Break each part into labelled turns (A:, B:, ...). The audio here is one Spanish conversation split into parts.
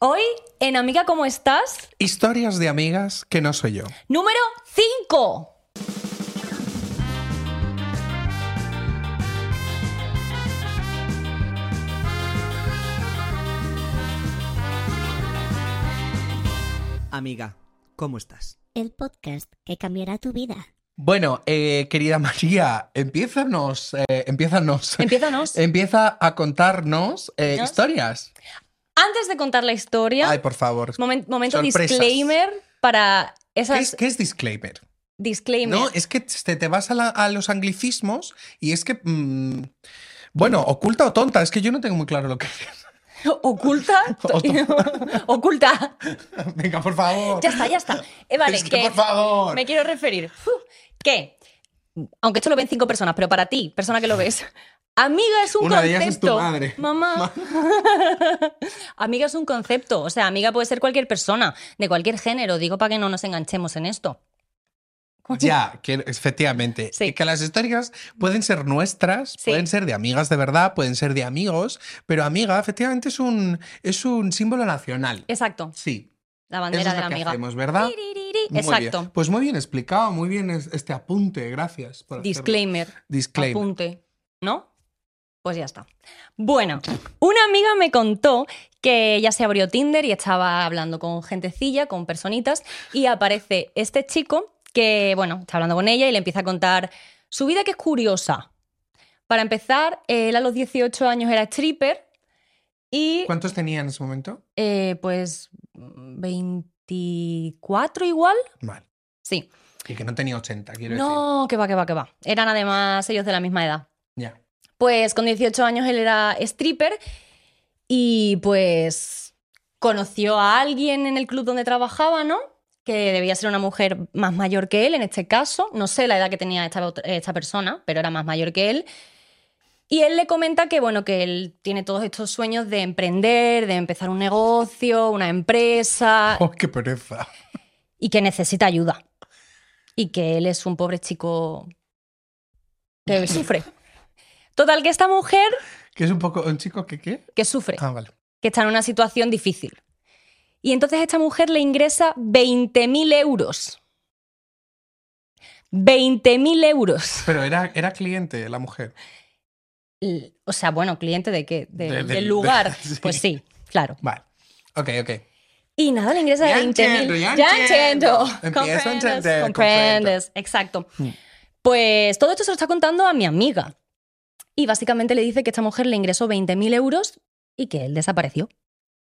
A: Hoy, en Amiga, ¿cómo estás?
B: Historias de amigas que no soy yo.
A: Número 5.
C: Amiga, ¿cómo estás?
D: El podcast que cambiará tu vida.
B: Bueno, eh, querida María, empiézanos, eh, empiézanos,
A: Empiézanos.
B: empieza a contarnos eh,
A: ¿Nos?
B: historias.
A: Antes de contar la historia,
B: Ay, por favor.
A: momen- momento
B: sorpresas.
A: disclaimer para
B: ¿Qué
A: esas
B: es, qué es disclaimer?
A: disclaimer.
B: No, es que este, te, te vas a, la- a los anglicismos y es que... mm, bueno, oculta o tonta, es que yo no tengo muy claro lo que es.
A: Oculta. Oculta.
B: Venga, por favor.
A: Ya está, ya está. Eh, vale,
B: es que, por favor.
A: me quiero referir. Uf, Que, aunque esto lo ven cinco personas, pero para ti, persona que lo ves, amiga es un
B: Una
A: concepto.
B: de ellas es tu madre.
A: Mamá. amiga es un concepto. O sea, amiga puede ser cualquier persona, de cualquier género. Digo para que no nos enganchemos en esto.
B: Ya, que efectivamente.
A: Sí.
B: Y que las historias pueden ser nuestras,
A: Sí.
B: pueden ser de amigas de verdad, pueden ser de amigos, pero amiga, efectivamente, es un, es un símbolo nacional.
A: Exacto,
B: Sí.
A: la
B: Eso es
A: bandera
B: lo
A: de la
B: que
A: amiga.
B: hacemos, ¿verdad?
A: Tiririri.
B: Muy bien.
A: Exacto.
B: Pues muy bien explicado, muy bien es- este apunte, gracias. Por hacerlo.
A: Disclaimer.
B: Disclaimer.
A: apunte, ¿no? Pues ya está. Bueno, una amiga me contó que ya se abrió Tinder y estaba hablando con gentecilla, con personitas, y aparece este chico que, bueno, está hablando con ella y le empieza a contar su vida que es curiosa. Para empezar, él a los 18 años era stripper y
B: ¿Cuántos tenía en ese momento?
A: eh, pues 24 igual,
B: Mal.
A: sí.
B: Y que no tenía 80, quiero decir.
A: No, que va, que va, que va. Eran además ellos de la misma edad.
B: Ya.
A: Pues con 18 años él era stripper y pues conoció a alguien en el club donde trabajaba, ¿no? Que debía ser una mujer más mayor que él en este caso. No sé la edad que tenía esta, otra- esta persona, pero era más mayor que él. Y él le comenta que, bueno, que él tiene todos estos sueños de emprender, de empezar un negocio, una empresa
B: Oh, qué pereza.
A: y que necesita ayuda. Y que él es un pobre chico que sufre. Total, que esta mujer
B: Que es un poco un chico que qué?
A: que sufre,
B: Ah, vale.
A: que está en una situación difícil. Y entonces esta mujer le ingresa 20.000 euros. 20.000 euros.
B: Pero era, era cliente la mujer.
A: L- O sea, bueno, cliente de qué? De-
B: De-
A: del
B: del-
A: lugar.
B: de- sí.
A: Pues sí, claro.
B: Vale. Ok, ok.
A: Y nada, le ingresa de
B: Ya
A: 20.000.
B: entiendo, ya entiendo. Empiezo a entender,
A: Comprendes, exacto.
B: Mm.
A: Pues todo esto se lo está contando a mi amiga. Y básicamente le dice que esta mujer le ingresó 20.000 euros y que él desapareció.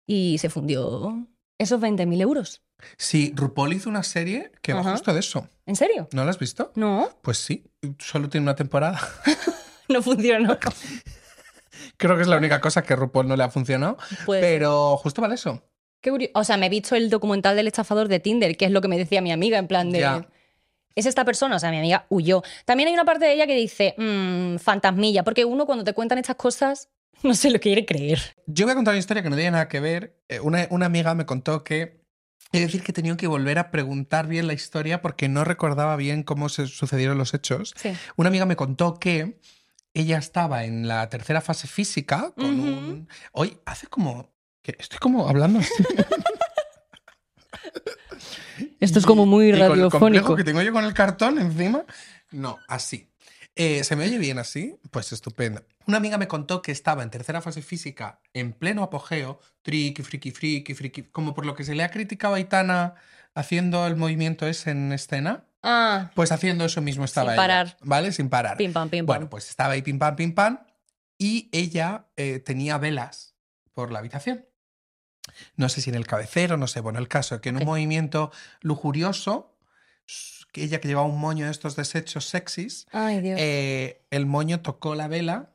A: Y se fundió esos 20.000 euros.
B: Sí, RuPaul hizo una serie que
A: Ajá.
B: va justo de eso.
A: ¿En serio?
B: ¿No la has visto?
A: No,
B: Pues sí, solo tiene una temporada.
A: no funcionó.
B: Creo que es la única cosa que RuPaul no le ha funcionado.
A: Pues,
B: Pero justo vale eso.
A: qué curio- O sea, me he visto el documental del estafador de Tinder, que es lo que me decía mi amiga, en plan de...
B: Ya.
A: Es esta persona, o sea, mi amiga huyó. También hay una parte de ella que dice, "Mm, fantasmilla, porque uno cuando te cuentan estas cosas no se lo quiere creer.
B: Yo voy a contar una historia que no tiene nada que ver. Eh, Una, una amiga me contó que. Es decir, que he tenido que volver a preguntar bien la historia porque no recordaba bien cómo se sucedieron los hechos.
A: Sí.
B: Una amiga me contó que ella estaba en la tercera fase física con
A: Ujú.
B: un. Hoy hace como. que Estoy como hablando así.
A: Esto es como muy
B: Y con el
A: radiofónico.
B: complejo que tengo yo con el cartón encima. No, así. Eh, ¿Se me oye bien así? Pues estupendo. Una amiga me contó que estaba en tercera fase física, en pleno apogeo, friki, friki, friki, friki, como por lo que se le ha criticado a Aitana haciendo el movimiento ese en escena,
A: Ah,
B: pues haciendo eso mismo estaba ella,
A: parar.
B: ¿Vale? Sin parar.
A: pim pam, pim pam.
B: Bueno, pues estaba ahí pim pam, pim pam, y ella eh, tenía velas por la habitación. No sé si en el cabecero, no sé. Bueno, el caso es que en un
A: Ok.
B: movimiento lujurioso, s- que ella que llevaba un moño de estos desechos sexys,
A: Ay, Dios.
B: eh, el moño tocó la vela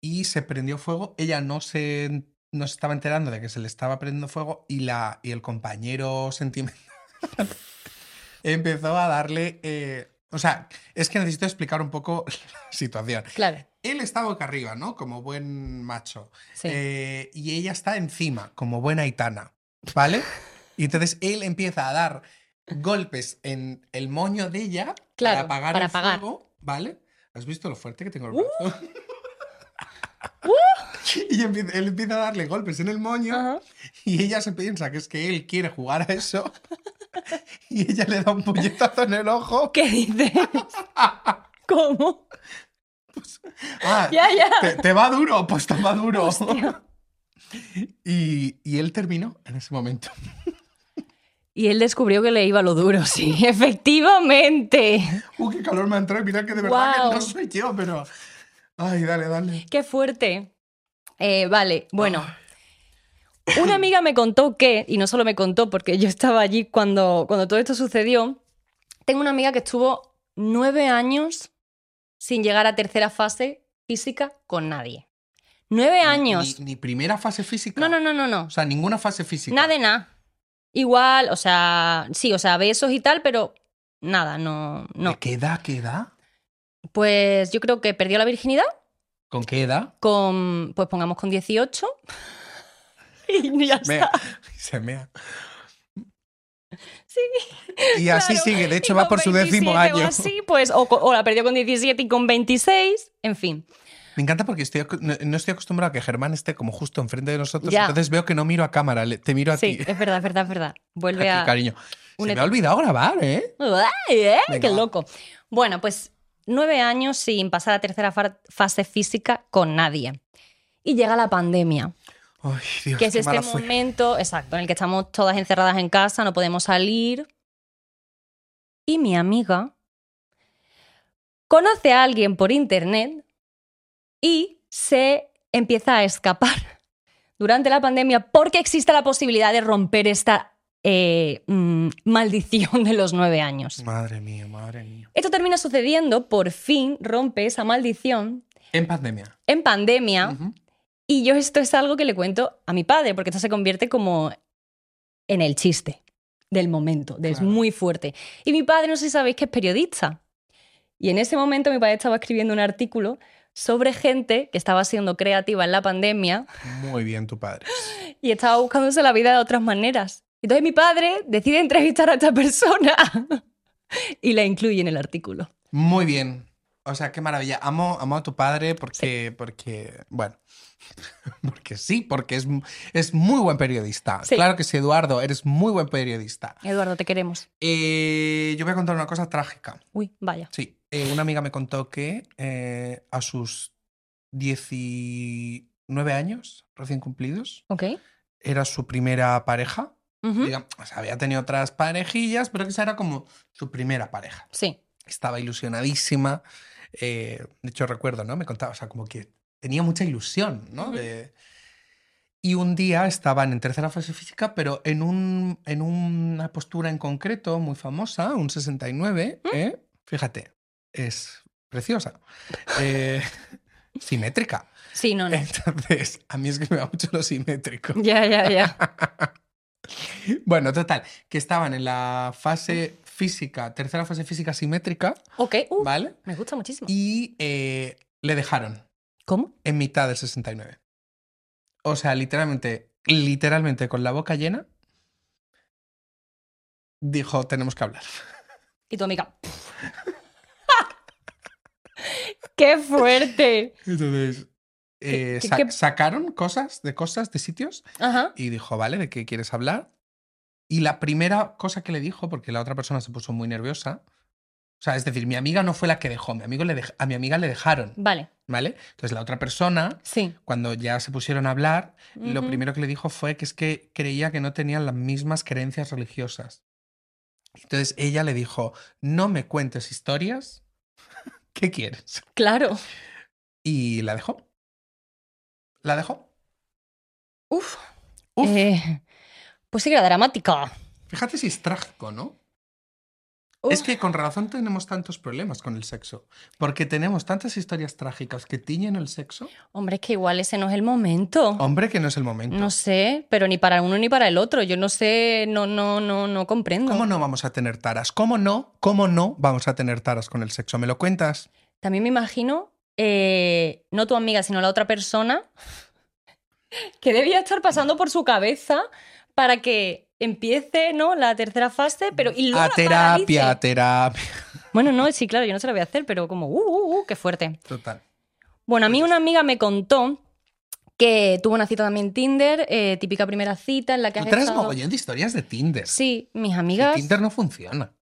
B: y se prendió fuego. Ella no se, no se estaba enterando de que se le estaba prendiendo fuego y, la, y el compañero sentimental empezó a darle... eh, o sea, es que necesito explicar un poco la situación.
A: claro,
B: Él está boca arriba, ¿no? Como buen macho.
A: sí.
B: Eh, y ella está encima, como buena aitana, ¿vale? Y entonces él empieza a dar golpes en el moño de ella
A: Claro,
B: para apagar
A: para
B: el
A: apagar. Uh.
B: fuego, ¿vale? ¿Has visto lo fuerte que tengo el brazo? Y empie- él empieza a darle golpes en el moño
A: Ajá.
B: y ella se piensa que es que él quiere jugar a eso y ella le da un puñetazo en el ojo.
A: ¿Qué dices? ¿Cómo?
B: Ah,
A: Ya, ya.
B: te, te va duro, pues te va duro.
A: Hostia.
B: Y, y él terminó en ese momento.
A: Y él descubrió que le iba lo duro, sí, efectivamente.
B: Uy, qué calor me ha entrado y mira que de verdad que
A: Guau.
B: no soy yo, pero... Ay, dale, dale.
A: Qué fuerte. Eh, vale, bueno. Una amiga me contó que, y no solo me contó, porque yo estaba allí cuando, cuando todo esto sucedió, tengo una amiga que estuvo nueve años sin llegar a tercera fase física con nadie. Nueve años.
B: Ni, ni primera fase física.
A: No, no, no, no, no.
B: O sea, ninguna fase física.
A: Nada de nada. Igual, o sea, sí, o sea, besos y tal, pero nada, no, no.
B: ¿De qué edad, qué edad?
A: Pues yo creo que perdió la virginidad
B: ¿Con qué edad?
A: con, pues pongamos con 18. Y ya está.
B: Mea. Se mea.
A: Sí.
B: Y así
A: Claro.
B: sigue, de hecho
A: Y
B: va
A: con
B: por su décimo
A: 27
B: año.
A: O, así, pues, o, co- o la perdió con 17 y con 26, en fin.
B: Me encanta porque estoy, acu- no, no estoy acostumbrado a que Germán esté como justo enfrente de nosotros,
A: Ya.
B: entonces veo que no miro a cámara, le- te miro a
A: Sí,
B: ti.
A: es verdad, es verdad, es verdad.
B: A
A: Vuelve
B: ti,
A: a...
B: cariño. Se
A: únete.
B: me ha olvidado grabar, ¿eh?
A: ¡Ay, eh!
B: Venga,
A: ¡Qué
B: va.
A: loco! Bueno, pues nueve años sin pasar a tercera far- fase física con nadie. Y llega la pandemia,
B: Ay, Dios,
A: que es
B: qué
A: este
B: mala fui.
A: momento, exacto, en el que estamos todas encerradas en casa, no podemos salir. Y mi amiga conoce a alguien por internet y se empieza a escapar durante la pandemia porque existe la posibilidad de romper esta eh, mm, maldición de los nueve años.
B: Madre mía, madre mía.
A: Esto termina sucediendo, por fin rompe esa maldición
B: En pandemia.
A: en pandemia.
B: Ujú.
A: Y yo esto es algo que le cuento a mi padre, porque esto se convierte como en el chiste del momento, de- es
B: Claro.
A: muy fuerte. Y mi padre, no sé si sabéis que es periodista. Y en ese momento mi padre estaba escribiendo un artículo sobre gente que estaba siendo creativa en la pandemia
B: Muy bien, tu padre.
A: y estaba buscándose la vida de otras maneras. Entonces mi padre decide entrevistar a esta persona y la incluye en el artículo.
B: Muy bien. O sea, qué maravilla. Amo, amo a tu padre porque, porque bueno, porque sí, porque es, es muy buen periodista.
A: Sí.
B: Claro que sí, Eduardo, eres muy buen periodista.
A: Eduardo, te queremos.
B: Eh, yo voy a contar una cosa trágica.
A: Uy, vaya.
B: Sí, eh, una amiga me contó que eh, a sus 19 años recién cumplidos
A: ¿Ok?
B: era su primera pareja.
A: Ujú.
B: Digamos, o sea, había tenido otras parejillas, pero que esa era como su primera pareja
A: Sí.
B: estaba ilusionadísima. eh, de hecho, recuerdo, ¿no? Me contaba, o sea, como que tenía mucha ilusión, ¿no?
A: Ujú.
B: De- Y un día estaban en tercera fase física, pero en, un, en una postura en concreto muy famosa, un 69, ¿eh? Fíjate, es preciosa. eh, simétrica.
A: Sí, no,
B: Eh.
A: no.
B: Entonces, a mí es que me va mucho lo simétrico.
A: Ya, ya, ya.
B: Bueno, total, que estaban en la fase física, tercera fase física simétrica,
A: Ok, uh,
B: ¿vale?
A: me gusta muchísimo.
B: Y eh, le dejaron
A: ¿Cómo?
B: en mitad del 69. O sea, literalmente, literalmente con la boca llena, dijo, tenemos que hablar.
A: Y tu amiga. ¡Qué fuerte!
B: Entonces, eh,
A: qué-
B: sa-
A: qué-
B: sacaron cosas de cosas, de sitios,
A: Ajá.
B: y dijo, vale, ¿de qué quieres hablar? Y la primera cosa que le dijo, porque la otra persona se puso muy nerviosa, o sea, es decir, mi amiga no fue la que dejó, mi amigo le dej- a mi amiga le dejaron,
A: Vale,
B: ¿vale? Entonces la otra persona,
A: sí.
B: cuando ya se pusieron a hablar, Lo
A: Ujú.
B: primero que le dijo fue que es que creía que no tenían las mismas creencias religiosas. Entonces ella le dijo, no me cuentes historias, ¿qué quieres?
A: Claro.
B: Y la dejó. La dejó.
A: Uf.
B: Uf.
A: Eh, pues sí que era dramática.
B: Fíjate si es trágico, ¿no?
A: Uf.
B: Es que con razón tenemos tantos problemas con el sexo, porque tenemos tantas historias trágicas que tiñen el sexo.
A: Hombre, es que igual ese no es el momento.
B: Hombre, que no es el momento.
A: No sé, pero ni para uno ni para el otro. Yo no sé, no, no, no, no comprendo.
B: ¿Cómo no vamos a tener taras? ¿Cómo no? ¿Cómo no vamos a tener taras con el sexo? ¿Me lo cuentas?
A: También me imagino, eh, no tu amiga, sino la otra persona, que debía estar pasando por su cabeza para que empiece ¿no? la tercera fase, pero... Y luego
B: A
A: la
B: terapia, a
A: paralice.
B: terapia.
A: Bueno, no, sí, claro, yo no se la voy a hacer, pero como, uh, uh, uh, qué fuerte.
B: Total.
A: Bueno, a mí una amiga me contó que tuvo una cita también en Tinder, eh, típica primera cita en la que
B: Tú
A: has
B: traes
A: estado-
B: mogollón de historias de Tinder.
A: Sí, mis
B: Y
A: amigas,
B: Tinder no funciona.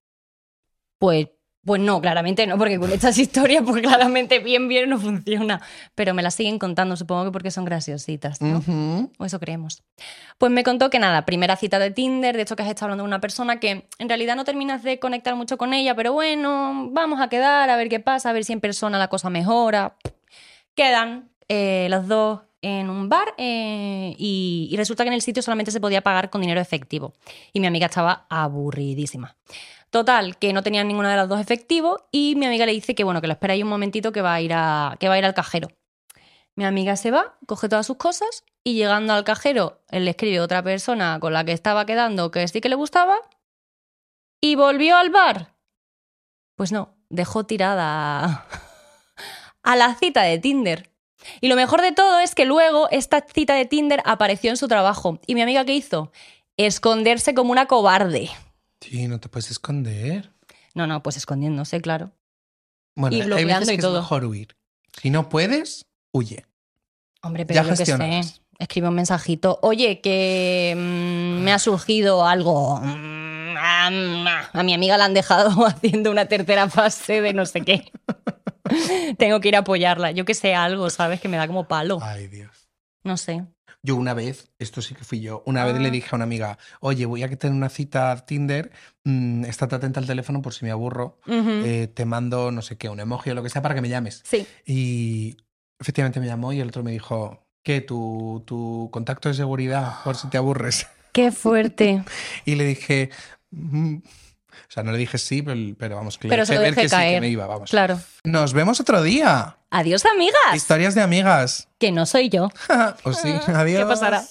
A: pues, pues no, claramente no, porque con estas historias, pues claramente bien, bien no funciona. Pero me las siguen contando, supongo que porque son graciositas, ¿no?
B: Ujú.
A: O eso creemos. Pues me contó que nada, primera cita de Tinder, de hecho que has estado hablando con una persona que en realidad no terminas de conectar mucho con ella, pero bueno, vamos a quedar, a ver qué pasa, a ver si en persona la cosa mejora. Quedan eh, los dos en un bar eh, y, y resulta que en el sitio solamente se podía pagar con dinero efectivo. Y mi amiga estaba aburridísima. Total, que no tenían ninguna de las dos efectivo y mi amiga le dice que bueno, que lo espera ahí un momentito que va a ir, a, que va a ir al cajero. Mi amiga se va, coge todas sus cosas y llegando al cajero, él le escribe a otra persona con la que estaba quedando que sí que le gustaba y volvió al bar. Pues no, dejó tirada a, a la cita de Tinder. Y lo mejor de todo es que luego esta cita de Tinder apareció en su trabajo. ¿Y mi amiga qué hizo? Esconderse como una cobarde.
B: Sí, no te puedes esconder.
A: No, no, pues escondiéndose, claro.
B: Bueno,
A: Y
B: hay
A: bloqueando
B: veces
A: y
B: que
A: todo.
B: es mejor huir. Si no puedes, huye.
A: Hombre, pero
B: Ya
A: yo qué sé.
B: gestionarás.
A: Escribe un mensajito. Oye, que mm, me ha surgido algo. Mm, ah, mm, ah. A mi amiga la han dejado haciendo una tercera fase de no sé qué. Tengo que ir a apoyarla. Yo que sé, algo, ¿sabes? Que me da como palo.
B: Ay, Dios.
A: No sé.
B: Yo una vez, esto sí que fui yo, una vez
A: Ah.
B: le dije a una amiga, oye, voy a tener una cita a Tinder, mm, estate atenta al teléfono por si me aburro,
A: Ujú.
B: Eh, te mando, no sé qué, un emoji o lo que sea para que me llames.
A: Sí.
B: Y efectivamente me llamó y el otro me dijo, ¿qué? ¿Tu, tu contacto de seguridad por si te aburres?
A: Qué fuerte.
B: Y le dije, "Mm". o sea, no le dije sí, pero, pero vamos, que le
A: Pero se
B: dejé
A: lo
B: ver
A: dejé
B: que sí, que
A: caer.
B: me iba, vamos.
A: Claro.
B: Nos vemos otro día.
A: Adiós, amigas.
B: Historias de amigas.
A: Que no soy yo.
B: o sí,
A: Ah, ¿Qué
B: adiós.
A: pasará?